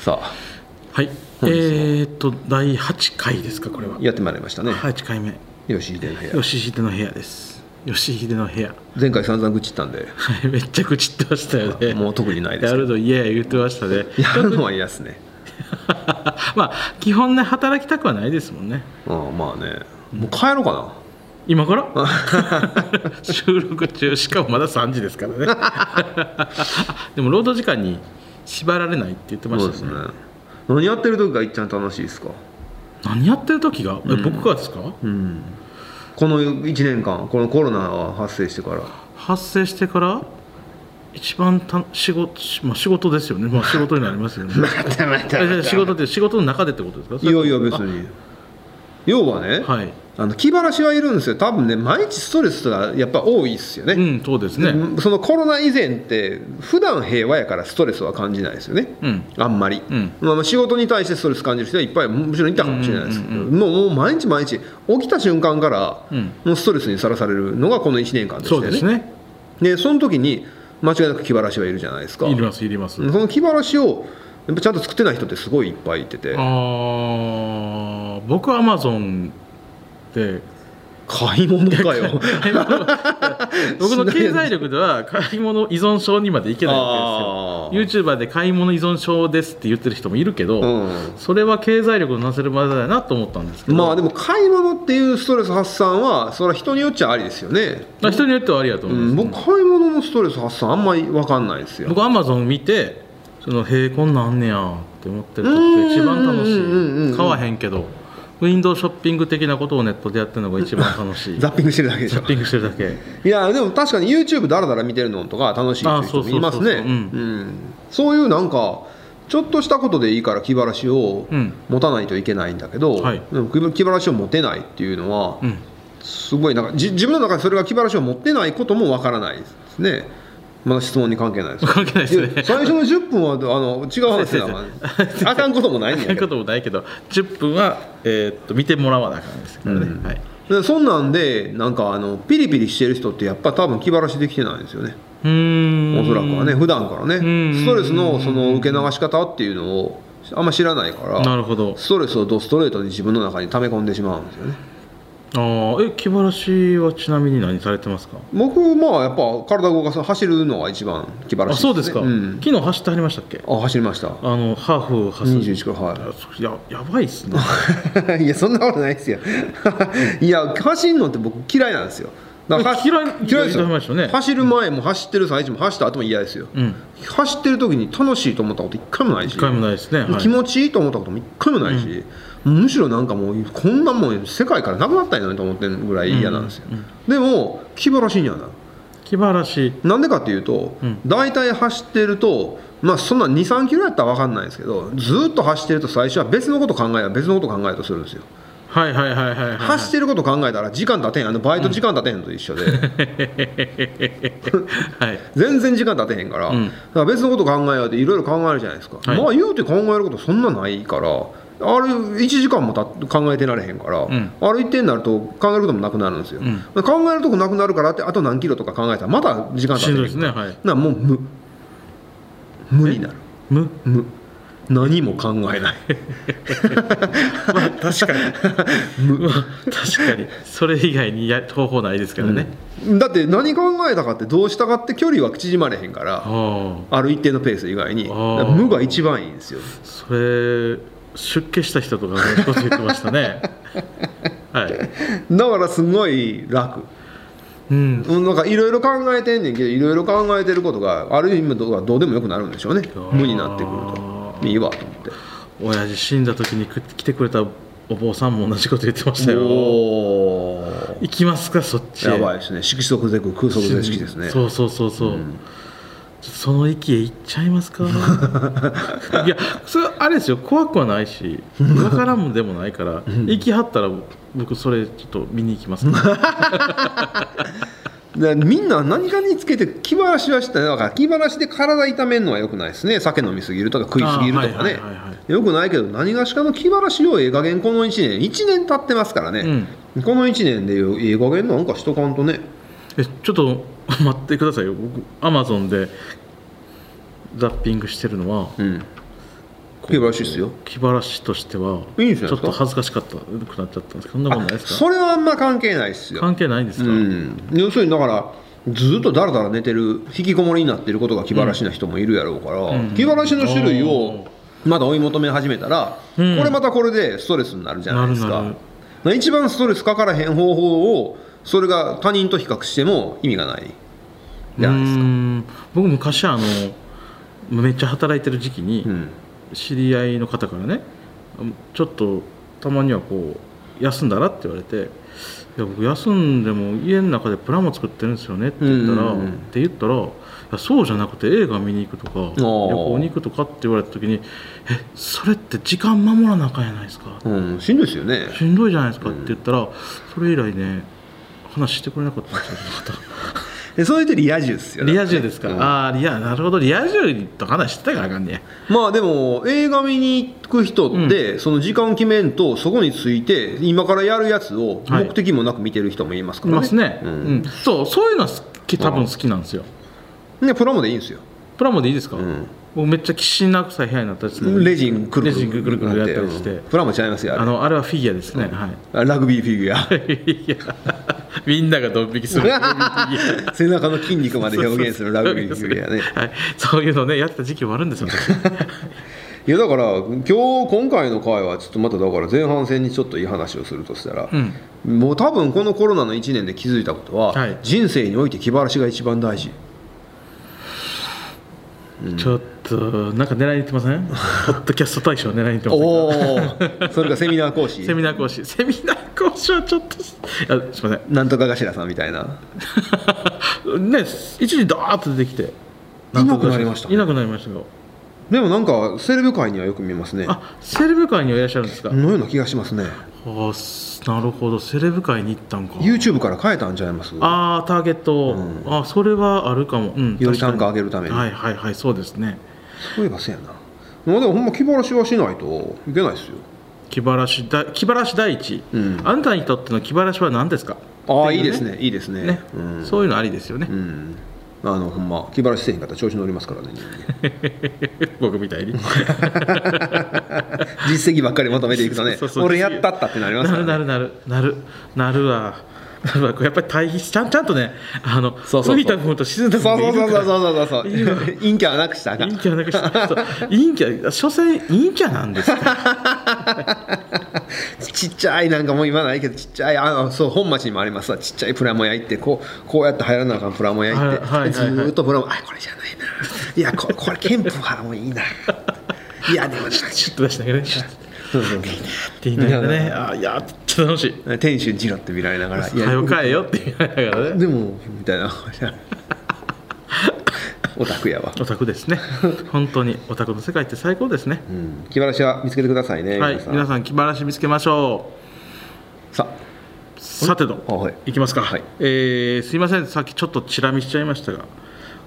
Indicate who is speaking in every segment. Speaker 1: さあ
Speaker 2: はい。え
Speaker 1: 何ですか
Speaker 2: ーっと第八回ですかこれは。
Speaker 1: やってまいりましたね、
Speaker 2: 八回目。
Speaker 1: 吉井での部屋
Speaker 2: 吉秀の部屋です。吉秀の部屋。
Speaker 1: 前回散々愚痴ったんで
Speaker 2: はいめっちゃ愚痴ってましたよね。
Speaker 1: もう特にないです
Speaker 2: や
Speaker 1: けど
Speaker 2: るのいや言ってましたね。
Speaker 1: やるのは嫌ですね
Speaker 2: まあ基本ね働きたくはないですもんね。
Speaker 1: うんまあねもう帰ろうかな
Speaker 2: 今から 収録中しかもまだ3時ですからね でも労働時間に縛られないって言ってま
Speaker 1: そう
Speaker 2: し
Speaker 1: です
Speaker 2: た
Speaker 1: ね
Speaker 2: よね
Speaker 1: 何やってる時がいっちゃん楽しいですか
Speaker 2: 何やってる時が、え僕がですか、
Speaker 1: うんこの1年間このコロナが発生してから
Speaker 2: 発生してから一番た仕事、まあ、仕事ですよね、まあ、仕事になりますよね えじゃあ仕事って仕事の中でってことですか
Speaker 1: いやいや別に要はね、
Speaker 2: あはい
Speaker 1: あの気晴らしはいるんですよ多分ね毎日ストレスがやっぱ多いですよね、
Speaker 2: うんそうですね
Speaker 1: でそのコロナ以前って普段平和やからストレスは感じないですよね、
Speaker 2: うん
Speaker 1: あんまり、
Speaker 2: うん
Speaker 1: まあまあ仕事に対してストレス感じる人はいっぱいむしろいたかもしれないですけど、もうもう毎日毎日起きた瞬間から、
Speaker 2: うん
Speaker 1: もうストレスにさらされるのがこの1年間でした
Speaker 2: そ
Speaker 1: よ
Speaker 2: う
Speaker 1: ね
Speaker 2: ですね
Speaker 1: でその時に間違いなく気晴らしはいるじゃないですか
Speaker 2: いりますいります、
Speaker 1: その気晴らしをやっぱちゃんと作ってない人ってすごいいっぱいいてて
Speaker 2: あー僕はアマゾンで
Speaker 1: 買い物かよ
Speaker 2: 僕の経済力では買い物依存症にまでいけないわけですよ YouTuber で買い物依存症ですって言ってる人もいるけど、
Speaker 1: うん
Speaker 2: それは経済力をなせるまでだなと思ったんですけど、
Speaker 1: まあでも買い物っていうストレス発散はそれは人によっちゃありですよね、
Speaker 2: まあ人によってはありだと
Speaker 1: う
Speaker 2: 思います、
Speaker 1: ん、僕買い物のストレス発散あんまり分かんないですよ
Speaker 2: 僕アマゾン見てそのへえこんなんあんねやって思ってる
Speaker 1: うん
Speaker 2: 時って一番
Speaker 1: う
Speaker 2: 楽し
Speaker 1: んうんうんうん
Speaker 2: い買わへんけどウィンドウショッピング的なことをネットでやってるのが一番楽 しいシ
Speaker 1: ザッピングしてるだけでし
Speaker 2: ョ
Speaker 1: ょ
Speaker 2: ッピングしてるだけ
Speaker 1: いやでも確かに YouTube だらだら見てるのとか楽しいっていう人もいますね
Speaker 2: あそうそうそうそううん
Speaker 1: うんそういうなんかちょっとしたことでいいから気晴らしを
Speaker 2: うん
Speaker 1: 持たないといけないんだけど、
Speaker 2: はい
Speaker 1: でも気晴らしを持てないっていうのは、
Speaker 2: うん
Speaker 1: すごいなんかじ自分の中でそれが気晴らしを持ってないこともわからないですねまだ質問に関係ないです
Speaker 2: 関係ないですね
Speaker 1: や最初の10分はあの違う話だ からあかんこともないん
Speaker 2: そうい
Speaker 1: や
Speaker 2: う
Speaker 1: け
Speaker 2: こ
Speaker 1: ど
Speaker 2: ともないけど10分は、えーっと見てもらわなあかんですからね、
Speaker 1: うん
Speaker 2: はい、
Speaker 1: でそんなんでなんかあのピリピリしてる人ってやっぱ多分気晴らしできてないんですよね
Speaker 2: うーん
Speaker 1: おそらくはね普段から
Speaker 2: ん
Speaker 1: ねストレスのその受け流し方っていうのをあんま知らないから
Speaker 2: なるほど
Speaker 1: ストレスをドストレートに自分の中に溜め込んでしまうんですよね
Speaker 2: あーえ気晴らしはちなみに何されてますか
Speaker 1: 僕まあやっぱ体動かす走るのが一番気晴ら
Speaker 2: あ
Speaker 1: しい
Speaker 2: そうですか、
Speaker 1: ん
Speaker 2: 昨日走ってはりましたっけ
Speaker 1: あ走りました
Speaker 2: あのハーフを走
Speaker 1: 21
Speaker 2: る
Speaker 1: キロはい
Speaker 2: ややばい っすね
Speaker 1: いいやそんなことないですよ いや走るのって僕嫌いなんですよだからは
Speaker 2: 嫌い
Speaker 1: 嫌いですよ
Speaker 2: 言ってましたよね
Speaker 1: 走る前も走ってる最中も走った後も嫌ですよ、
Speaker 2: うん
Speaker 1: 走ってる時に楽しいと思ったこと一回もないし
Speaker 2: 一回もないですね、はい
Speaker 1: 気持ちいいと思ったことも一回もないし、むしろなんかもうこんなもん世界からなくなったんやなと思ってるぐらい嫌なんですよ、でも気晴らしいんやな
Speaker 2: 気晴らしい
Speaker 1: なんでかっていうと、
Speaker 2: うん
Speaker 1: 大体走ってると、まあ、そんな23キロやったら分かんないですけどずっと走ってると最初は別のこと考えたら別のこと考えたとするんですよ、
Speaker 2: はいはいはいはいはい、はい、
Speaker 1: 走ってること考えたら時間経てへんあのバイト時間経てへんのと一緒で、
Speaker 2: はい
Speaker 1: 全然時間経てへんから,、
Speaker 2: うん
Speaker 1: だから別のこと考えようっていろいろ考えるじゃないですか、
Speaker 2: はい
Speaker 1: まあ言うて考えることそんなないからあれ1時間もた考えてられへんから、
Speaker 2: ん
Speaker 1: ある一定になると考えることもなくなるんですよ、
Speaker 2: う
Speaker 1: 考えるとこなくなるからってあと何キロとか考えたらまた時間経
Speaker 2: し
Speaker 1: て
Speaker 2: んど
Speaker 1: へ
Speaker 2: い
Speaker 1: ん
Speaker 2: ですねはい
Speaker 1: なもう無無になる
Speaker 2: む
Speaker 1: 無何も考えない
Speaker 2: 確かに 無確かにそれ以外にや方法ないですからね、
Speaker 1: だって何考えたかってどうしたかって距離は縮まれへんから
Speaker 2: あ
Speaker 1: ある一定のペース以外に
Speaker 2: あー
Speaker 1: 無が一番いいんですよ
Speaker 2: あそれ出家した人とかのこと言ってましたねはい
Speaker 1: だからすごい楽
Speaker 2: うん
Speaker 1: うんなんかいろいろ考えてんねんけどいろいろ考えてることがある意味どうかどうでもよくなるんでしょうね
Speaker 2: ー
Speaker 1: 無になってくるといいわと思って
Speaker 2: 親父死んだ時にく来てくれたお坊さんも同じこと言ってましたよ
Speaker 1: おー
Speaker 2: 行きますかそっちへ
Speaker 1: やばいですね色即是空空即是色ですね
Speaker 2: そうそうそうそう、ちょっとその域へ行っちゃ いますかいやそれはあれですよ怖くはないし分からんでもないから行きはったら僕それちょっと見に行きますから
Speaker 1: でみんな何かにつけて気晴らしはしただから気晴らしで体痛めるのはよくないですね酒飲みすぎるとか 食いすぎるとかね
Speaker 2: あーはいはいはいは
Speaker 1: よくないけど何がしかの気晴らしをええ加減この1年1年経ってますからね、この1年でいうええ加減なんかしとかんとね
Speaker 2: えちょっと待ってくださいよ僕アマゾンでザッピングしてるのは
Speaker 1: うん
Speaker 2: 「
Speaker 1: 気晴らしいっすよ
Speaker 2: 気晴らしとしてはい
Speaker 1: いんじゃないで
Speaker 2: ちょ
Speaker 1: す
Speaker 2: っ
Speaker 1: か
Speaker 2: と恥ずかしかったくなっちゃったんですけどそんなことないですか
Speaker 1: それはあんま関係ないっすよ
Speaker 2: 関係ないんですか、
Speaker 1: うん、要するにだからずっとだらだら寝てる引きこもりになってることが気晴らしな人もいるやろうから、
Speaker 2: うん
Speaker 1: 気晴らしの種類をまだ追い求め始めたら、
Speaker 2: うん
Speaker 1: これまたこれでストレスになるじゃないですか
Speaker 2: なるなる
Speaker 1: 一番ストレスかからへん方法をそれが他人と比較しても意味がないじゃないです
Speaker 2: う
Speaker 1: か
Speaker 2: ーん僕昔あのめっちゃ働いてる時期に、
Speaker 1: うん
Speaker 2: 知り合いの方からねちょっとたまにはこう休んだらって言われて「いや僕休んでも家の中でプラモ作ってるんですよね」って言ったら、
Speaker 1: うんうんうん
Speaker 2: って言ったらいやそうじゃなくて映画見に行くとか旅行に行くとかって言われた時に「えそれって時間守らなあかんやないですか」
Speaker 1: うん、しんどいですよね
Speaker 2: しんどいじゃないですか」って言ったら、それ以来ね話してくれなかったんですよその方
Speaker 1: でそういうとリア充ですよね
Speaker 2: リア充ですから、
Speaker 1: うん
Speaker 2: ああリアなるほどリア充と話してたからあかんねや
Speaker 1: まあでも映画見に行く人って、その時間決めんとそこについて今からやるやつを
Speaker 2: は
Speaker 1: 目
Speaker 2: い
Speaker 1: 的もなく見てる人もいますか
Speaker 2: い
Speaker 1: らね,、
Speaker 2: ますね、
Speaker 1: う
Speaker 2: うんんそうそういうのは好き多分好きなんですよ
Speaker 1: でプラモでいいんですよ、
Speaker 2: プラモでいいですか、
Speaker 1: うん
Speaker 2: 僕めっちゃきしな臭い部屋になったりする
Speaker 1: レジンくる
Speaker 2: レ
Speaker 1: く
Speaker 2: ジ
Speaker 1: る
Speaker 2: ンくるくるくるやったりして、
Speaker 1: うんプラモちゃいますよあ
Speaker 2: あ
Speaker 1: れ
Speaker 2: のあれはフィギュアですね、はい
Speaker 1: ラグビーフィギュア
Speaker 2: いやみんながドン引きす る
Speaker 1: 背中の筋肉まで表現するラグビーフィギュアね
Speaker 2: はい、そういうのねやってた時期もあるんですよ 私
Speaker 1: いやだから今日今回の回はちょっとまただから前半戦にちょっといい話をするとしたら、
Speaker 2: うん
Speaker 1: もう多分このコロナの1年で気づいたことは、
Speaker 2: はい
Speaker 1: 人生において気晴らしが一番大事
Speaker 2: ちょっとなんか狙いに行ってま せんポッドキャスト大賞狙いに行ってませんか
Speaker 1: おおそれが セミナー講師
Speaker 2: セミナー講師セミナー講師はちょっとしあすいません
Speaker 1: なんとか頭さんみたいな
Speaker 2: ね、一時ダーッと出てきて
Speaker 1: いなくなりましたね
Speaker 2: いなくなりましたよ
Speaker 1: でもなんかセレブ界にはよく見ますね
Speaker 2: あセレブ界にはいらっしゃるんですか、あ
Speaker 1: のような気がしますね
Speaker 2: ーすなるほどセレブ界に行ったんか
Speaker 1: YouTube から変えたんちゃいます
Speaker 2: ああターゲット、
Speaker 1: うん
Speaker 2: あそれはあるかも、うん、
Speaker 1: より単価
Speaker 2: 確か
Speaker 1: 上げるため
Speaker 2: に
Speaker 1: に、
Speaker 2: はいはいはいそうですね
Speaker 1: そういえばせやなまあでもほんま気晴らしはしないといけないですよ
Speaker 2: 気晴らしだ気晴らし第一、
Speaker 1: うん
Speaker 2: あなたにとっての気晴らしは何ですか
Speaker 1: ああ
Speaker 2: って
Speaker 1: いいうですねいいですね
Speaker 2: ね、
Speaker 1: うん
Speaker 2: そういうのありですよね
Speaker 1: う、んあのほんま気晴らしせえへんかったら調子乗りますから ね人間
Speaker 2: 僕みた いに
Speaker 1: 実績ばっかり求めていくとね
Speaker 2: そうそうそう
Speaker 1: 俺やったったってなります
Speaker 2: な
Speaker 1: から、ね、
Speaker 2: るなるなるなるなるわなるわこれやっぱり対比しちゃんちゃんとねあの
Speaker 1: そうそうそう
Speaker 2: 浮いた分と沈んだ
Speaker 1: そう
Speaker 2: 分
Speaker 1: そう
Speaker 2: がいる
Speaker 1: そ
Speaker 2: か
Speaker 1: う
Speaker 2: ら
Speaker 1: そうそうそうそう
Speaker 2: いいわ
Speaker 1: 陰キャはなくしたらあかん
Speaker 2: 陰キャなくしたそう陰キャ所詮陰キャなんですか
Speaker 1: ちっちゃいなんかもう今ないけどちっちゃいあのそう本町にもありますわちっちゃいプラモ屋行ってこうこうやって入らなあかんプラモ屋行って、
Speaker 2: はいはいはいはい
Speaker 1: ずーっとプラモあこれじゃないないやここれケンプはもういいないやでもな
Speaker 2: シュッと出しながら ねシュッ
Speaker 1: そうそう
Speaker 2: て言いながらねあいやーちょっと楽しい
Speaker 1: そう店主にじろって見られながらい
Speaker 2: 早く帰えよって言いながらね
Speaker 1: でもみたいなオタクやわ、
Speaker 2: オタクですね本当にオタクの世界って最高ですね
Speaker 1: うん、気晴らしは見つけてくださいね、
Speaker 2: はい
Speaker 1: 皆さん
Speaker 2: 皆さん気晴らし見つけましょ
Speaker 1: さ
Speaker 2: うさてと
Speaker 1: あはい
Speaker 2: いきますか、
Speaker 1: はい
Speaker 2: えーすいませんさっきちょっとチラ見しちゃいましたが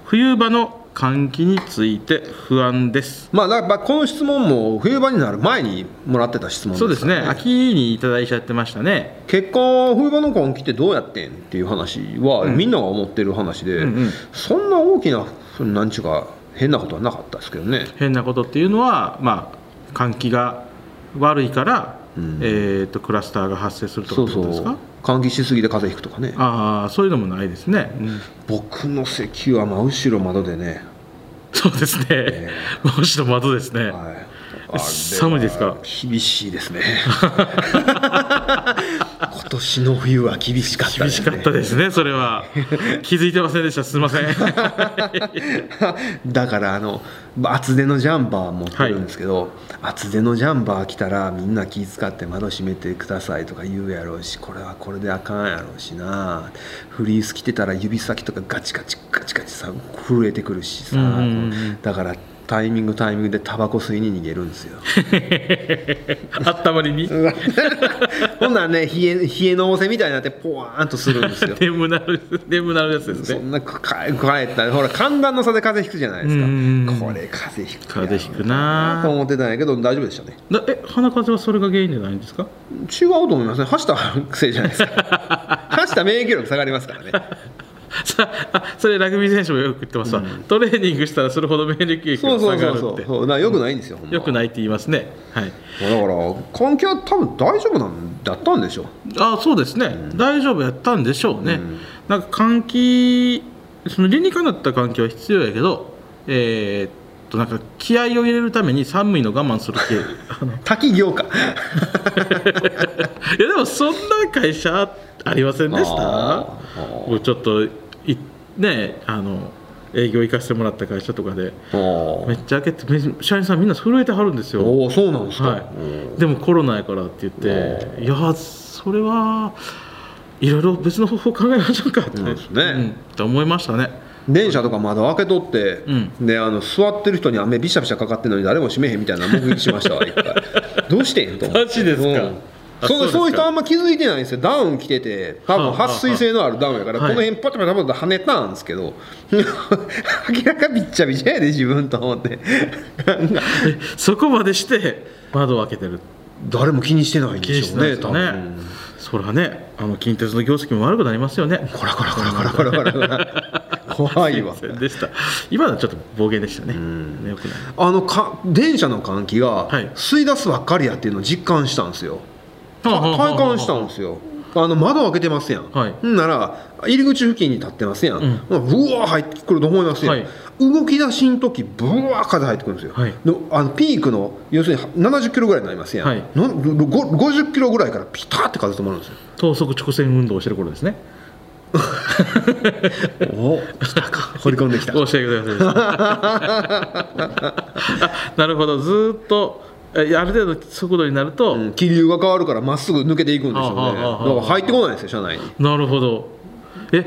Speaker 2: 冬場の換気について不安です
Speaker 1: まあだからこの質問も冬場になる前にもらってた質問
Speaker 2: そうで
Speaker 1: か
Speaker 2: す
Speaker 1: ら
Speaker 2: ね秋にいただいちゃってましたね
Speaker 1: 結果冬場の換気ってどうやってんっていう話は、みんなが思ってる話で、
Speaker 2: うんうん
Speaker 1: そんな大きななんちゅうか変なことはなかったですけどね
Speaker 2: 変なことっていうのは、まあ、換気が悪いから、
Speaker 1: うん
Speaker 2: えー、とクラスターが発生するとか
Speaker 1: そ
Speaker 2: っ
Speaker 1: う
Speaker 2: て
Speaker 1: そ
Speaker 2: ことですか
Speaker 1: う換気しすぎて風邪ひくとかね
Speaker 2: ああそういうのもないですね、
Speaker 1: 僕の席は真後ろ窓でね、
Speaker 2: そうですね、もう一度窓ですね、
Speaker 1: はい
Speaker 2: え寒いですか
Speaker 1: あれは厳しいですね 今年の冬は厳しかったで
Speaker 2: 厳
Speaker 1: す
Speaker 2: し
Speaker 1: ね
Speaker 2: かったですねそれは気づいてませんでしたすいませ ん
Speaker 1: だからあの厚手のジャンパー持ってるんですけど、厚手のジャンパー着たらみんな気使って窓閉めてくださいとか言うやろうしこれはこれであかんやろうしなフリース着てたら指先とかガチガチガチガチさ震えてくるしさ、
Speaker 2: うんうんうん
Speaker 1: だからタイミングタイミングでタバコ吸いに逃げるんですよ
Speaker 2: あったまりに
Speaker 1: ほんならね冷え冷えのおせみたいになってポワーンとするんですよ
Speaker 2: 眠なる眠なるやつです
Speaker 1: そ
Speaker 2: ね
Speaker 1: んなか帰ったらほら寒暖の差で風邪ひくじゃないですか
Speaker 2: うんうんうん
Speaker 1: これ風邪ひくやろ
Speaker 2: 風邪ひくな
Speaker 1: と思ってたんやけど大丈夫でしたね
Speaker 2: だえ鼻風邪はそれが原因じゃないんですか
Speaker 1: 違うと思いますね走ったせいじゃないですか走った免疫力下がりますからね
Speaker 2: さあそれラグビー選手もよく言ってますわ、トレーニングしたらそれほど免疫力
Speaker 1: そ
Speaker 2: が
Speaker 1: うそ
Speaker 2: 下
Speaker 1: うそ
Speaker 2: がる
Speaker 1: う
Speaker 2: っ
Speaker 1: そう
Speaker 2: て
Speaker 1: そうだからよくないんですよ、ほんま
Speaker 2: よくないって言いますねはい
Speaker 1: だから関係は多分大丈夫なんだったんでしょ
Speaker 2: あそうですね、大丈夫やったんでしょうね、
Speaker 1: うん
Speaker 2: なんか換気その理にかなった換気は必要やけどえーっとなんか気合を入れるために寒いの我慢する系 あの
Speaker 1: 滝行 か
Speaker 2: いやでもそんな会社ありませんでした
Speaker 1: あー
Speaker 2: 僕ちょっといねあの営業行かせてもらった会社とかで
Speaker 1: あー
Speaker 2: めっちゃ開けてめ社員さんみんな震えてはるんですよ
Speaker 1: おおそうなんですか、
Speaker 2: はい、でもコロナやからって言って、いや、それはいろいろ別の方法考えましょうかって,、
Speaker 1: そうですね
Speaker 2: ん、と思いましたね。
Speaker 1: 電車とか窓開けとって、
Speaker 2: う
Speaker 1: であの座ってる人に雨びしゃびしゃかかってるのに誰も閉めへんみたいな目撃しましたわ一 回どうしてんと思って
Speaker 2: マジですか
Speaker 1: うんそ
Speaker 2: あそう
Speaker 1: う
Speaker 2: ですか
Speaker 1: そういう人あんま気づいてないんですよダウン着てて多分撥水性のあるダウンやからこ
Speaker 2: は
Speaker 1: の
Speaker 2: い
Speaker 1: 辺パタパタパタ跳ねたんですけど 明らかびっちゃびちゃやで自分と思って
Speaker 2: えそこまでして窓を開けてる
Speaker 1: 誰も気にしてないん
Speaker 2: 気
Speaker 1: で
Speaker 2: に
Speaker 1: し
Speaker 2: し
Speaker 1: ょう
Speaker 2: てな
Speaker 1: ね
Speaker 2: いです
Speaker 1: 多
Speaker 2: よね
Speaker 1: 分。
Speaker 2: それはね、あの近鉄の業績も悪くなりますよね。
Speaker 1: こらこらこらこらこらこらこ ら怖いわ
Speaker 2: すいませんでした。今のはちょっと暴言でしたね。ねよくない。
Speaker 1: あのか電車の換気が
Speaker 2: はい
Speaker 1: 吸い出すばっかりやっていうのを実感したんですよ、
Speaker 2: はあはあはあはあ
Speaker 1: 体感したんですよあの窓開けてますやん、
Speaker 2: はい
Speaker 1: んなら入り口付近に立ってますやん、
Speaker 2: うん
Speaker 1: うわー入ってくると思いますやん、
Speaker 2: はい
Speaker 1: 動き出しん時ブワー風入ってくるんですよ、
Speaker 2: はい
Speaker 1: であのピークの要するに70キロぐらいになりますやん、
Speaker 2: はい
Speaker 1: のご50キロぐらいからピタって風止まるんですよ
Speaker 2: 等速直線運動をしてる頃ですね。
Speaker 1: お 来たか掘り込んでき た
Speaker 2: 教えてください なるほどずーっとえいやある程度速度になると、
Speaker 1: うん気流が変わるからまっすぐ抜けていくんでしょうね
Speaker 2: はあはあはあはあ
Speaker 1: だから入ってこないんですよ車内に
Speaker 2: なるほどえっ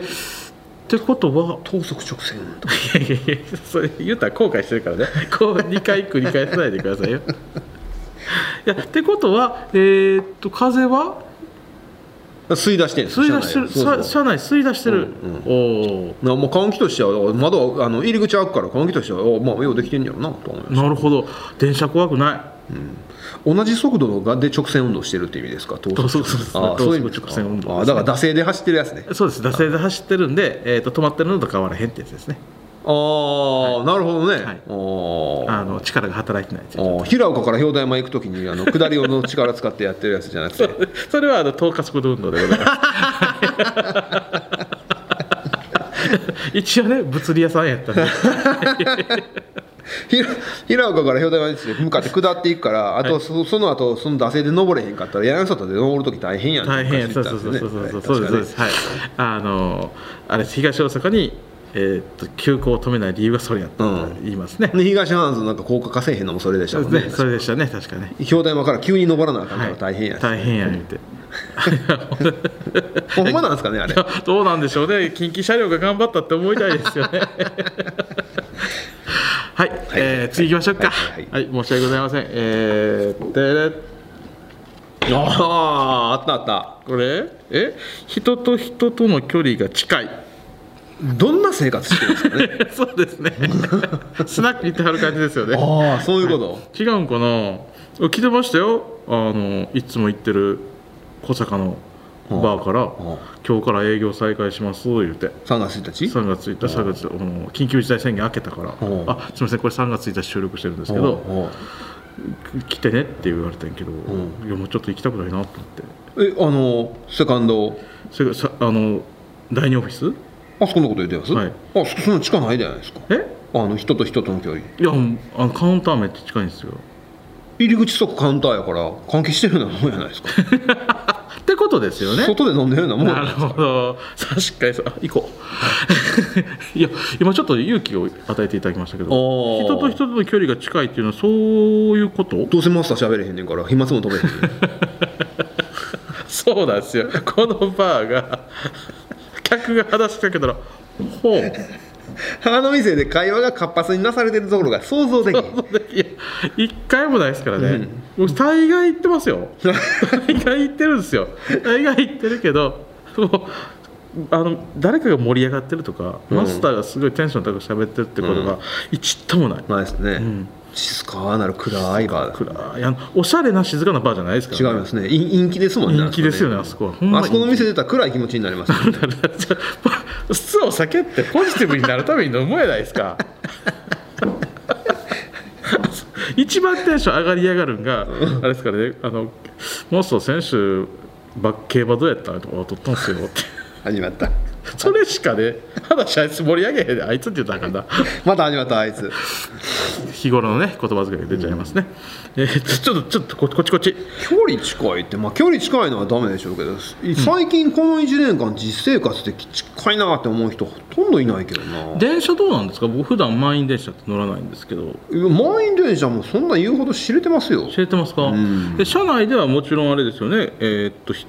Speaker 2: てことは
Speaker 1: 等速直線運動
Speaker 2: いやいやいやそれ言うたら後悔してるからね こう2回繰り返さないでください よいやってことはえーっと風は
Speaker 1: 吸い出してるんです
Speaker 2: 吸い出して
Speaker 1: 車内をそう
Speaker 2: るさ
Speaker 1: そう
Speaker 2: 車内吸い出してる、おお
Speaker 1: なもう換気としてはだから窓あの入り口開くから換気としてはおまあようできてんやろなと思いま
Speaker 2: ーなるほど電車怖くない
Speaker 1: す同じ速度がで直線運動してるっていう意味ですか等
Speaker 2: そうそうそう
Speaker 1: ああそういう意味
Speaker 2: 等速直線運動ですね
Speaker 1: ああだから惰性で走ってるやつね
Speaker 2: そうです惰性で走ってるんで、えーっと止まってるのと変わらへんってやつですね
Speaker 1: ああ、なるほどね、
Speaker 2: はい
Speaker 1: あ
Speaker 2: あの力が働いてないやつ
Speaker 1: あああ平岡から表題山行くときにあの下りの力使ってやってるやつじゃなくて
Speaker 2: それはあの等加速度運動でございます 一応ね物理屋さんやった んで
Speaker 1: 平平岡から表題山に向かって下っていくからあと、そその後その惰性で登れへんかったら柳里で登るとき大変やん
Speaker 2: 大変や
Speaker 1: っ
Speaker 2: ってた
Speaker 1: 言
Speaker 2: そうそう
Speaker 1: です
Speaker 2: そうそうそう
Speaker 1: ね
Speaker 2: そうで
Speaker 1: 確
Speaker 2: すそうです
Speaker 1: か
Speaker 2: はいあのあれです東大阪に、えーっと休校を止めない理由がそれやった
Speaker 1: う
Speaker 2: と
Speaker 1: ん
Speaker 2: 言いますね、
Speaker 1: ねで東ハンズなんか効果稼いへんのもそれでした
Speaker 2: そう
Speaker 1: もん
Speaker 2: で
Speaker 1: ね
Speaker 2: すねそれでしたね確かね
Speaker 1: 氷山から急に登らなあかんか
Speaker 2: は
Speaker 1: ら
Speaker 2: い
Speaker 1: 大変やし、
Speaker 2: 大変や言うて
Speaker 1: ほんまなんですかねあれ
Speaker 2: どうなんでしょうね近畿車両が頑張ったって思いたいですよね はい、えー次行きましょうか
Speaker 1: は
Speaker 2: はいい、
Speaker 1: は
Speaker 2: 申し訳ございませんえー、で
Speaker 1: あああったあった
Speaker 2: これえ人と人との距離が近い
Speaker 1: どんな生活してるんですかね
Speaker 2: そうです ねスナック行ってはる感じですよね
Speaker 1: ああそういうこと、
Speaker 2: 違うんかな来てましたよあのいつも行ってる小坂のバーから、
Speaker 1: は
Speaker 2: 今日から営業再開します言うて
Speaker 1: 3月1日
Speaker 2: 3月1日、3月あの緊急事態宣言明けたから、
Speaker 1: うん
Speaker 2: あすみません、これ3月1日収録してるんですけど、
Speaker 1: おう
Speaker 2: 来てねって言われたんやけど、いやもうちょっと行きたくないなと思って、
Speaker 1: おうえあのセカンド
Speaker 2: それがさあの第2オフィス
Speaker 1: あそこのこと言ってます、
Speaker 2: はい
Speaker 1: あそその地下ないじゃないですか
Speaker 2: え
Speaker 1: あの人と人との距離
Speaker 2: いや、もうあのカウンターめっちゃ近いんですよ。
Speaker 1: 入り口即カウンターやから関係してるようなもんやないです か、
Speaker 2: ってことですよね。
Speaker 1: 外で飲んでるようなもんや
Speaker 2: な
Speaker 1: ない
Speaker 2: るほど、確かにそう、あ行こう。い や、今ちょっと勇気を与えていただきましたけど、
Speaker 1: おー
Speaker 2: 人と人との距離が近いっていうのは、そういうこと
Speaker 1: どうせマスター喋れへんねんから飛沫も飛べへんねん
Speaker 2: そうなんですよこのバーが客が話しかけたらほう
Speaker 1: あの店で会話が活発になされてるところが想像できへん
Speaker 2: いや一回もないですからね、僕大概行ってますよ大概行ってるんですよ大概行ってるけどもうあの誰かが盛り上がってるとか、マスターがすごいテンション高く喋ってるってことが一度もない、
Speaker 1: ないですね、静かなる暗いバー
Speaker 2: 暗いあのおしゃれな静かなバーじゃないですから、
Speaker 1: 違いますね陰陰気ですもんね
Speaker 2: 人気ですよね
Speaker 1: あ
Speaker 2: あ
Speaker 1: そ
Speaker 2: そこは
Speaker 1: こ
Speaker 2: ほん
Speaker 1: ね
Speaker 2: ま
Speaker 1: あ
Speaker 2: に
Speaker 1: そこの店出たら暗い気持ちになりますよね
Speaker 2: だから質を避けってポジティブになるために飲むやないですか一番テンション上がりやがるんがあれですからねあのモンスト選手バッ競馬どうやったのとか取ったんですよって
Speaker 1: 始まった
Speaker 2: それしかね話あいつ盛り上げへんであいつって言ったらあかんな
Speaker 1: また始まったあいつ
Speaker 2: 日頃のね言葉遣いが出ちゃいますね、えーちょちょっとちょっとここっちこっち
Speaker 1: 距離近いってまあ距離近いのはダメでしょうけど最近この1年間実生活で近いなって思う人ほとんどいないけどな
Speaker 2: 電車どうなんですか僕普段満員電車って乗らないんですけど
Speaker 1: いや満員電車もそんな言うほど知れてますよ
Speaker 2: 知れてますか、
Speaker 1: ん
Speaker 2: で車内ではもちろんあれですよね、えーっとひ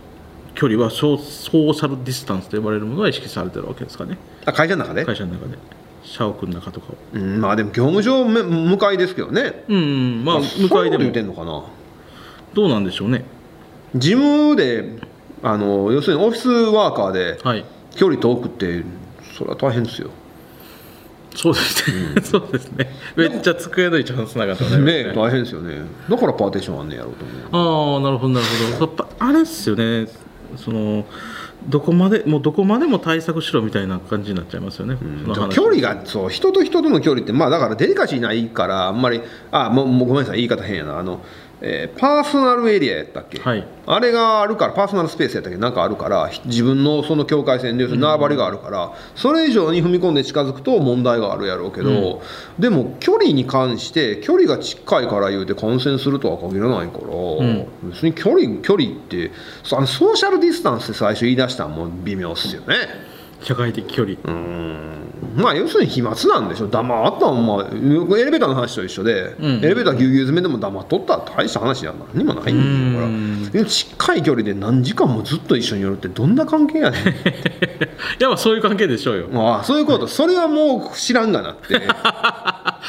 Speaker 2: 距離はソーソーシャルディスタンスと呼ばれるものが意識されてるわけですかね
Speaker 1: あ会社の中で、
Speaker 2: 会社の中で社屋の中とかを
Speaker 1: うんまあでも業務上め向かいですけどね
Speaker 2: うん、うん、まあ向かい
Speaker 1: そ
Speaker 2: で
Speaker 1: ううこと言っ
Speaker 2: も
Speaker 1: てんのかな
Speaker 2: どうなんでしょうね
Speaker 1: 事務であの要するにオフィスワーカーで
Speaker 2: はい
Speaker 1: 距離遠くってそれは大変ですよ
Speaker 2: そうですね、 そうですねめっちゃ机の位置離さなかったね
Speaker 1: ね大変ですよねだからパーテーションあんねやろうと思う
Speaker 2: ああなるほどなるほどやっぱあれっすよねそのどこまでもうどこまでも対策しろみたいな感じになっちゃいますよね、その
Speaker 1: でも
Speaker 2: 話
Speaker 1: 距離がそう人と人との距離ってまあだからデリカシーないからあんまりあもうもうごめんなさい言い方変やなあの、えーパーソナルエリアやったっけ、
Speaker 2: はい
Speaker 1: あれがあるからパーソナルスペースやったっけなんかあるからひ自分のその境界線で要するに縄張りがあるから、それ以上に踏み込んで近づくと問題があるやろうけど、でも距離に関して距離が近いから言うて感染するとは限らないから、
Speaker 2: ん
Speaker 1: 別に距離距離ってそあのソーシャルディスタンスって最初言い出したのも微妙っすよね。
Speaker 2: 社会的距離
Speaker 1: うー んまあ要するに飛沫なんでしょ黙ったんまあエレベーターの話と一緒で、
Speaker 2: ん
Speaker 1: エレベーターぎゅうぎゅう詰めでも黙っとったら大した話やな何もないんだ
Speaker 2: う
Speaker 1: よ
Speaker 2: ん
Speaker 1: ほら近い距離で何時間もずっと一緒に寄るってどんな関係やねん
Speaker 2: いやまあそういう関係でしょうよ
Speaker 1: ああそういうことそれはもう知らんがなって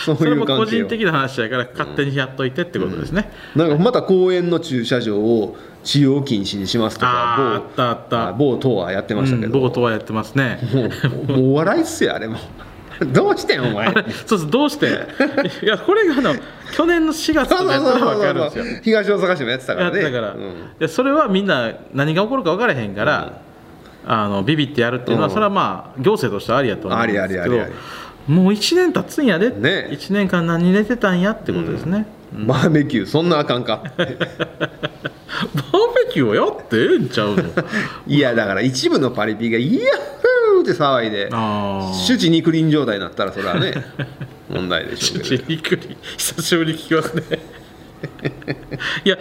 Speaker 1: そう
Speaker 2: そ
Speaker 1: い
Speaker 2: れ
Speaker 1: う
Speaker 2: も個
Speaker 1: 関係
Speaker 2: 人
Speaker 1: を
Speaker 2: 的な話やから勝手にやっといてってことですね、
Speaker 1: なんかまた公園の駐車場を使用禁止にしますとか
Speaker 2: あーあったあった
Speaker 1: あ某党はやってましたけ
Speaker 2: うん
Speaker 1: ど、
Speaker 2: ボートはやってますね
Speaker 1: もうもうお笑いっすよあれも どうしてんお 前
Speaker 2: そうそうどうして いやこれがあの去年の4月
Speaker 1: そ
Speaker 2: と
Speaker 1: うそ
Speaker 2: かや
Speaker 1: う
Speaker 2: った ら
Speaker 1: そう
Speaker 2: 分かるん
Speaker 1: そう
Speaker 2: ですよ
Speaker 1: 東大阪市もやってたか
Speaker 2: や
Speaker 1: ら
Speaker 2: っ
Speaker 1: ね
Speaker 2: てたから、
Speaker 1: う
Speaker 2: い
Speaker 1: ん
Speaker 2: やそれはみんな何が起こるか分からへんから、あのビビってやるっていうのは、
Speaker 1: うん
Speaker 2: それはまあ行政としてはありやと思うんですけど
Speaker 1: ありありありあ
Speaker 2: もう1年経つんやで、
Speaker 1: ね
Speaker 2: 1年間何寝てたんやってことですね、
Speaker 1: バーベキューそんなあかん か
Speaker 2: バーベキューはやってええんち ゃうの
Speaker 1: いやだから一部のパリピが「イヤッホー!」って騒いで
Speaker 2: あー
Speaker 1: 主治肉林状態になったらそれ はね問題でしょうけ
Speaker 2: ちびっくり久しぶりに聞きますねいや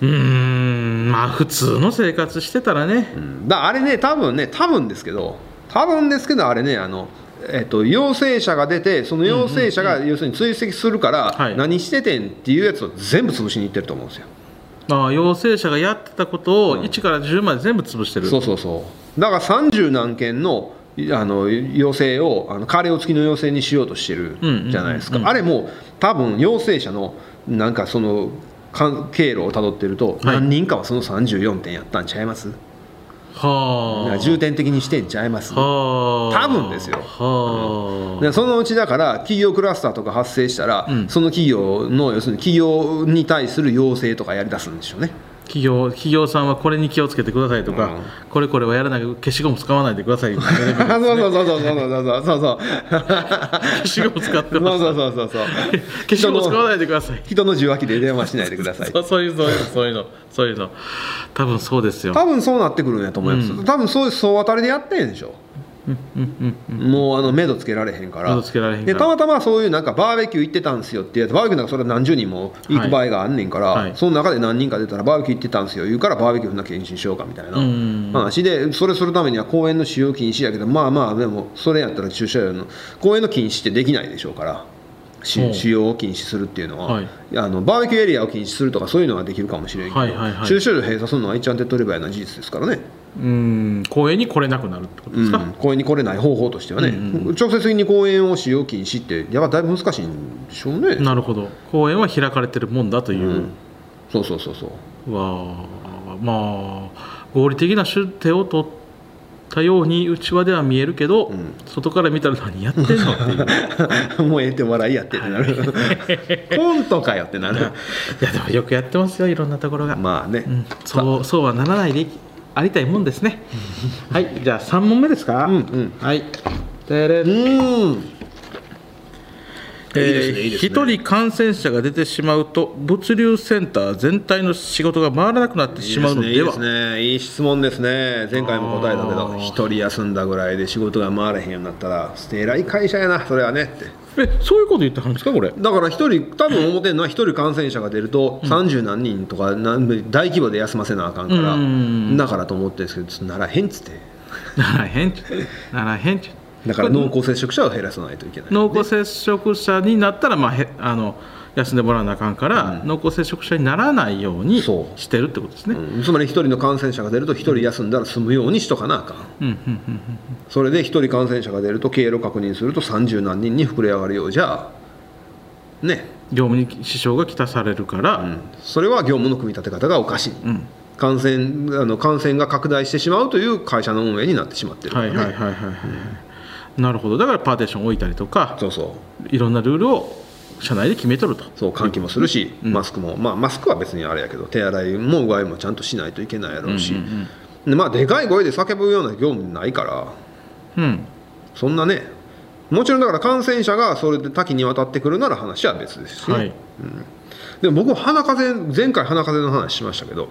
Speaker 2: うーんまあ普通の生活してたらね、
Speaker 1: ど、うんだあれね多分ね多分ですけど多分ですけどあれねあのえっと、陽性者が出てその陽性者が要するに追跡するから、
Speaker 2: はい
Speaker 1: 何しててんっていうやつを全部潰しにいってると思うんですよ
Speaker 2: まあ、陽性者がやってたことを1から10まで全部潰してる、
Speaker 1: そうそうそうだから30何件のいあの要請をあのカレーを付きの要請にしようとしてる
Speaker 2: うんうん
Speaker 1: じゃないですか、
Speaker 2: うん
Speaker 1: あれも多分陽性者のなんかそのか経路をたどってると、
Speaker 2: はい
Speaker 1: 何人かはその34点やったんちゃいますだか
Speaker 2: は
Speaker 1: ら
Speaker 2: あ
Speaker 1: 重点的にしてんちゃいます
Speaker 2: はあ
Speaker 1: 多分ですよ
Speaker 2: はあ、
Speaker 1: でそのうちだから企業クラスターとか発生したら、
Speaker 2: うん
Speaker 1: その企業の要するに企業に対する要請とかやりだすんでしょうね
Speaker 2: 企業企業さんはこれに気をつけてくださいとか、
Speaker 1: うん
Speaker 2: これこれはやらない消しゴム使わないでくださいとか消
Speaker 1: そうそうそうそうそう そうそうそう
Speaker 2: しゴム使って
Speaker 1: そう
Speaker 2: ます
Speaker 1: そうそうそうそう
Speaker 2: 消しゴム使わないでください
Speaker 1: 人の受話器で電話しないでください
Speaker 2: そうそういうそういうそういうのそういうの多分そうですよ
Speaker 1: 多分そうなってくるんやと思います、多分そういう総当たりでやってんでしょ、もうあの目処つけられへんから
Speaker 2: 目処つけられへんから
Speaker 1: でたまたまそういうなんかバーベキュー行ってたんすよってやつバーベキューなんかそれは何十人も行く場合があんねんから、
Speaker 2: はいはい
Speaker 1: その中で何人か出たらバーベキュー行ってたんすよ言うからバーベキューな検診しようかみたいな
Speaker 2: うん
Speaker 1: 話でそれするためには公園の使用禁止やけどまあまあでもそれやったら駐車場の公園の禁止ってできないでしょうから
Speaker 2: ほ
Speaker 1: し
Speaker 2: う
Speaker 1: 使用を禁止するっていうのは、
Speaker 2: はい
Speaker 1: あのバーベキューエリアを禁止するとかそういうのはできるかもしれんけど、
Speaker 2: はいはいはい
Speaker 1: 駐車場閉鎖するのは一番手っ取り早いのは事実ですからね、
Speaker 2: うん公園に来れなくなるってこと
Speaker 1: う
Speaker 2: ですか、
Speaker 1: ん、公園に来れない方法としてはね、直接的に公園を使用禁止ってやっぱだいぶ難しいんでしょうね、
Speaker 2: なるほど公園は開かれてるもんだというう、
Speaker 1: ん、そうそうそうそう
Speaker 2: わあまあ合理的な手手を取ったようにうちわでは見えるけど、
Speaker 1: ん
Speaker 2: 外から見たら何やってんのって いう
Speaker 1: もうええって笑いやってってな るコントかよってなる
Speaker 2: いやでもよくやってますよいろんなところが、
Speaker 1: まあね、
Speaker 2: うん、そうそうはならないでありたいもんですねはいじゃあ3問目ですか、
Speaker 1: うんうん
Speaker 2: はいてれ
Speaker 1: うん
Speaker 2: え
Speaker 1: いいですねいい
Speaker 2: ー
Speaker 1: ですね
Speaker 2: 一人感染者が出てしまうと物流センター全体の仕事が回らなくなってしまうの
Speaker 1: いい
Speaker 2: で
Speaker 1: で
Speaker 2: は
Speaker 1: すねいい質問ですね前回も答えたけ
Speaker 2: あ
Speaker 1: ど
Speaker 2: ー
Speaker 1: 一人休んだぐらいで仕事が回らへんようになったらえらい会社やなそれはねって
Speaker 2: えそういうこと言ってはるんですかこれ
Speaker 1: だから一人多分思ってんのは一人感染者が出ると30何人とかなん大規模で休ませなあかんから
Speaker 2: うん
Speaker 1: だからと思ってるんですけどちょっとならへんっつって
Speaker 2: ならへんちならへんち
Speaker 1: だから濃厚接触者を減らさないといけない
Speaker 2: 濃厚接触者になったら、まあ、へあの休んでもらわなあかんから、濃厚接触者にならないように
Speaker 1: そう
Speaker 2: してるってことですね。うん
Speaker 1: うんつまり一人の感染者が出ると一人休んだら済むようにしとかなあかん
Speaker 2: うんうん
Speaker 1: それで一人感染者が出ると経路確認すると30何人に膨れ上がるようじゃあね
Speaker 2: 業務に支障がきたされるから、
Speaker 1: それは業務の組み立て方がおかしい、
Speaker 2: ん
Speaker 1: 感染あの感染が拡大してしまうという会社の運営になってしまってるか
Speaker 2: は
Speaker 1: ら
Speaker 2: い
Speaker 1: ね、
Speaker 2: はいはいはいはい、なるほどだからパーテーション置いたりとか
Speaker 1: そうそう
Speaker 2: いろんなルールを社内で決めとると
Speaker 1: そう換気もするし、マスクも、まあ、マスクは別にあれやけど手洗いもうがいもちゃんとしないといけないやろうし、でまあ、でかい声で叫ぶような業務ないから
Speaker 2: うん
Speaker 1: そんなねもちろんだから感染者がそれで多岐にわたってくるなら話は別ですし、
Speaker 2: はい
Speaker 1: でも僕鼻風邪前回鼻風邪の話しましたけど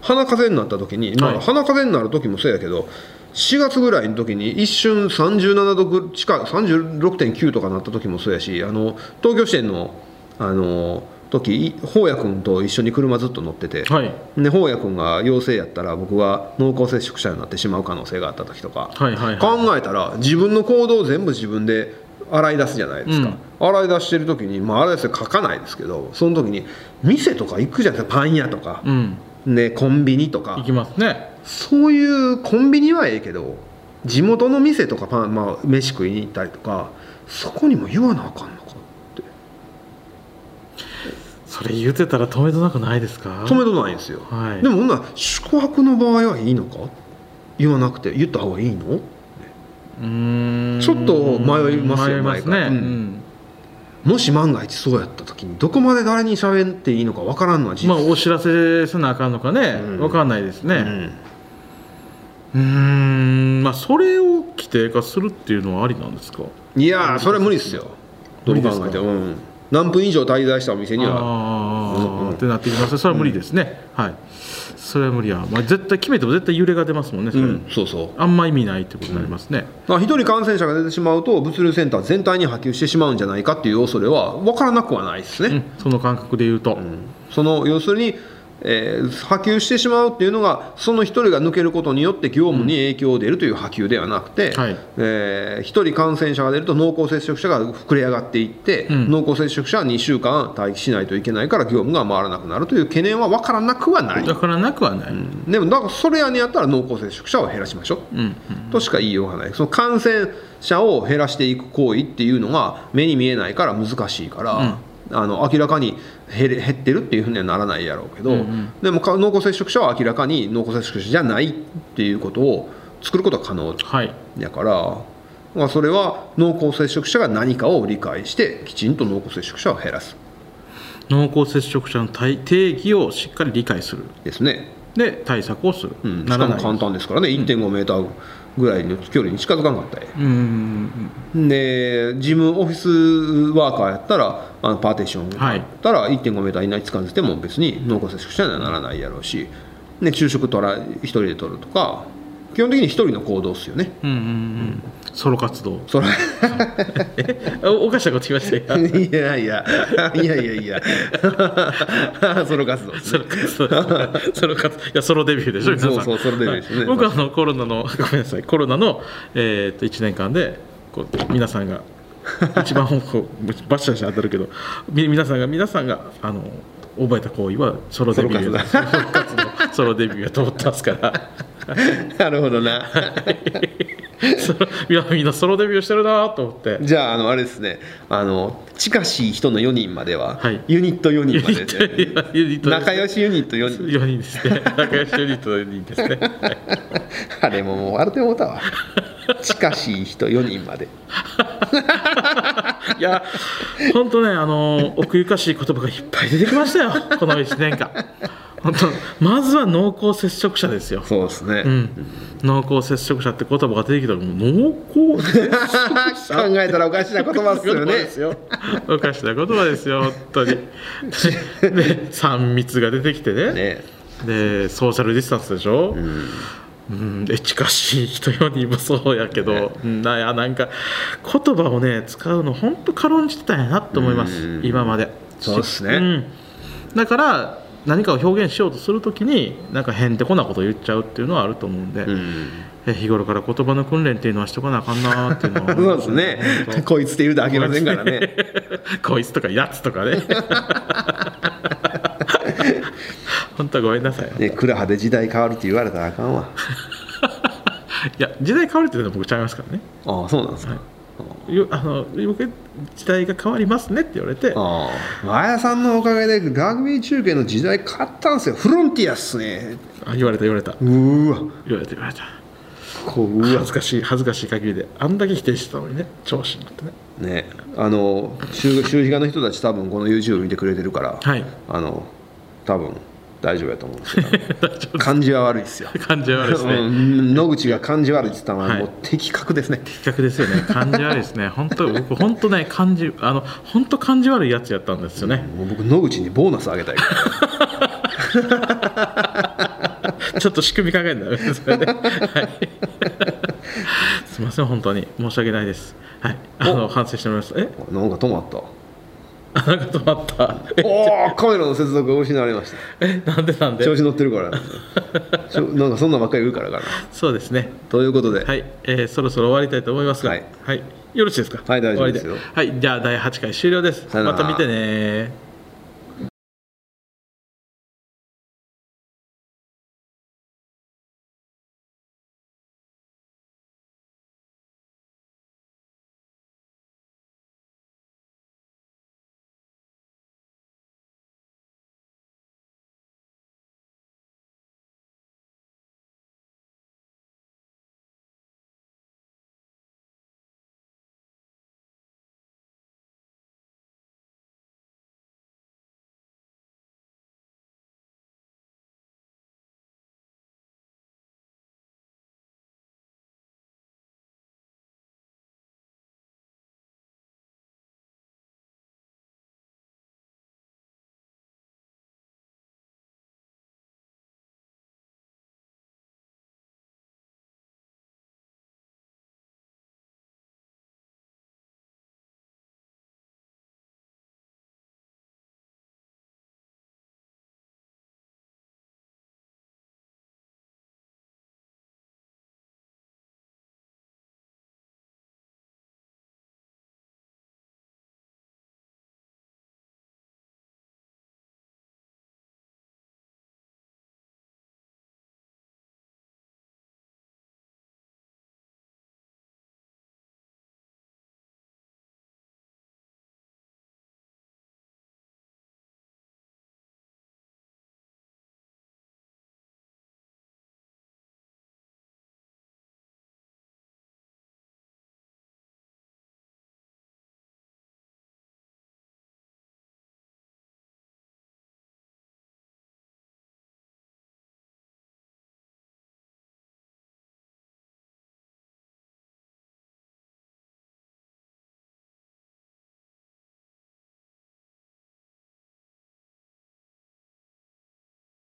Speaker 1: 鼻風邪になった時に、まあ
Speaker 2: はい
Speaker 1: 鼻風邪になる時もそうやけど4月ぐらいの時に一瞬37度ぐ近い36.9とかなった時もそうやしあの東京支店のあの時い宝也君と一緒に車ずっと乗ってて、
Speaker 2: はい
Speaker 1: で宝也君が陽性やったら僕は濃厚接触者になってしまう可能性があった時とか、
Speaker 2: はいはいはい
Speaker 1: 考えたら自分の行動を全部自分で洗い出すじゃないですか、洗い出してる時に、まあ、洗い出して書かないですけどその時に店とか行くじゃないですかパン屋とか、
Speaker 2: うん
Speaker 1: ね、コンビニと
Speaker 2: 行
Speaker 1: か
Speaker 2: きますね
Speaker 1: そういうコンビニはええけど地元の店とかパン、まあ、飯食いに行ったりとかそこにも言わなあかんのかって
Speaker 2: それ言うてたら止めどなくないですか
Speaker 1: 止めどないんですよ、
Speaker 2: はい
Speaker 1: でもほんなら宿泊の場合はいいのか言わなくて言った方がいいの
Speaker 2: うーん
Speaker 1: ちょっと迷いますよ
Speaker 2: 迷いま
Speaker 1: 前
Speaker 2: すね、
Speaker 1: から
Speaker 2: う
Speaker 1: うん
Speaker 2: ん
Speaker 1: もし万が一そうやった時にどこまで誰に喋っていいのかわからんのは事実、
Speaker 2: まあお知らせせなあかんのかね、
Speaker 1: うん
Speaker 2: わかんないですね、
Speaker 1: うん
Speaker 2: うーんまあそれを規定化するっていうのはありなんですか
Speaker 1: いやーそれは無理ですよどう
Speaker 2: 無理で
Speaker 1: 考
Speaker 2: すか
Speaker 1: えても、うん何分以上滞在したお店にはう
Speaker 2: ああ、
Speaker 1: ん
Speaker 2: ってなってきますねそれは無理ですね、はいそれは無理や、まあ、絶対決めても絶対揺れが出ますもんねそれ、
Speaker 1: うんそうそう
Speaker 2: あんま意味ないってことになりますね、
Speaker 1: だから一人感染者が出てしまうと物流センター全体に波及してしまうんじゃないかっていう恐れは分からなくはないです
Speaker 2: うん
Speaker 1: ね、
Speaker 2: その感覚で言うと、
Speaker 1: その要するに、えー波及してしまうっていうのがその一人が抜けることによって業務に影響を出るという波及ではなくて、
Speaker 2: はい
Speaker 1: えー一人感染者が出ると濃厚接触者が膨れ上がっていって、
Speaker 2: うん
Speaker 1: 濃厚接触者は2週間待機しないといけないから業務が回らなくなるという懸念は分からなくはない
Speaker 2: だからなくはない、うん
Speaker 1: でもだからそれやにやったら濃厚接触者を減らしましょう、
Speaker 2: うん
Speaker 1: としか言いようがないその感染者を減らしていく行為っていうのが目に見えないから難しいから、あの明らかに減れ減ってるっていうふうにはならないやろうけど、
Speaker 2: うんうん
Speaker 1: でもか濃厚接触者は明らかに濃厚接触者じゃないっていうことを作ることが可能
Speaker 2: はい
Speaker 1: だから、まあ、それは濃厚接触者が何かを理解してきちんと濃厚接触者を減らす
Speaker 2: 濃厚接触者の対定義をしっかり理解する
Speaker 1: ですね。
Speaker 2: で対策をする、
Speaker 1: うん、し
Speaker 2: な
Speaker 1: からも
Speaker 2: ない
Speaker 1: 簡単ですからね1.5メーターぐらいの距離に近づかなかったらええ
Speaker 2: うんうん
Speaker 1: で事務オフィスワーカーやったらあのパーテーション
Speaker 2: はい
Speaker 1: やったら1 5メーター以内に掴んでても別に濃厚接触者にはならないやろうし、ね、昼食取ら一人で取るとか基本的に一人の行動っすよね
Speaker 2: うんうんうんうんソロ活動
Speaker 1: それ
Speaker 2: えおおかしなこと言いましたよ
Speaker 1: いやいやいやいやいや ソロ活動です
Speaker 2: ソ
Speaker 1: ね
Speaker 2: ロ活動ソロ活動いやソロデビューでしょ皆さん
Speaker 1: そうそうソロデビューですね
Speaker 2: はい僕はあのコロナのごめんなさいコロナの、えーっと1年間でこう皆さんが一番こうバシャバシャ当たるけどみ皆さんが皆さんがあの覚えた行為はソロデビューソロ活動ソロデビューやと思ってますから
Speaker 1: なるほどな
Speaker 2: ソロいやみんなソロデビューしてるなと思って
Speaker 1: じゃああのあれですねあの近しい人の4人までは、
Speaker 2: はい
Speaker 1: ユニット4人までですね
Speaker 2: ユニット
Speaker 1: 仲良しユニット4人
Speaker 2: 4人ですね仲良しユニット4人ですね
Speaker 1: あれももうある程度たわ近しい人4人まで
Speaker 2: いや、本当ね、あの奥ゆかしい言葉がいっぱい出てきましたよ、この1年間。あとまずは濃厚接触者ですよ、
Speaker 1: そうですね、
Speaker 2: うん、濃厚接触者って言葉が出てきたらもう濃厚接触
Speaker 1: 考えたらおかしな言葉っすよね
Speaker 2: ですよおかしな言葉ですよ本当 にで3密が出てきてね
Speaker 1: ね
Speaker 2: でソーシャルディスタンスでしょ、
Speaker 1: うん
Speaker 2: うん、で近しい人よりもそうやけど、うんなやなんか言葉をね使うの本当軽んじてたんやなと思います、
Speaker 1: うん
Speaker 2: 今まで
Speaker 1: そうっすね
Speaker 2: んだから何かを表現しようとするときになんかへんてこなこと言っちゃうっていうのはあると思うんで、
Speaker 1: うん
Speaker 2: え日頃から言葉の訓練っていうのはしとかなあかんなあっていうのは
Speaker 1: そうですね
Speaker 2: 本当
Speaker 1: こいつって言うとあきませんからね
Speaker 2: こいつとかやつとかね 本当はごめんなさい
Speaker 1: ね倉葉で時代変わるって言われたらあかんわ
Speaker 2: いや時代変わるっていうのは僕ちゃいますからね
Speaker 1: ああそうなんですか、
Speaker 2: よあの僕時代が変わりますねって言われて
Speaker 1: ああ前田さんのおかげでラグビー中継の時代変わったんですよフロンティアっすね
Speaker 2: あ言われた言われた
Speaker 1: うーわ
Speaker 2: 言われた言われた
Speaker 1: こううわ
Speaker 2: 恥ずかしい恥ずかしい限りであんだけ否定してたのにね調子になってね
Speaker 1: ねあの週週日がの人たち多分この YouTube 見てくれてるから、
Speaker 2: はい
Speaker 1: あの多分大丈夫やと思うんですけど
Speaker 2: 大丈
Speaker 1: 感じは悪いですよ
Speaker 2: 夫感じ悪いですね、
Speaker 1: うん野口が感じ悪いって言ったのは
Speaker 2: はい
Speaker 1: もう的確ですね、
Speaker 2: 比較ですよね感じ悪いですね本当僕本当ね感じあの本当感じ悪いやつやったんですよね、
Speaker 1: もう僕野口にボーナスあげたい から
Speaker 2: ちょっと仕組み考えんだですよね、はい、 すいません本当に申し訳ないですはいあの反省しておりますえ
Speaker 1: なんか止まった
Speaker 2: あなんか止まった
Speaker 1: おおカメラの接続が失われまし
Speaker 2: えなんでなん
Speaker 1: た
Speaker 2: で
Speaker 1: 調子乗ってるからち ょなんかそんなんばっかり言うからかな
Speaker 2: そうですね
Speaker 1: ということで、
Speaker 2: はい、えーそろそろ終わりたいと思いますが、
Speaker 1: は
Speaker 2: はいい、よろしいですか。
Speaker 1: はい大丈夫ですよ
Speaker 2: 終わりはい、じゃあ第8回終了です。
Speaker 1: さよな
Speaker 2: ま
Speaker 1: ら
Speaker 2: た見てね。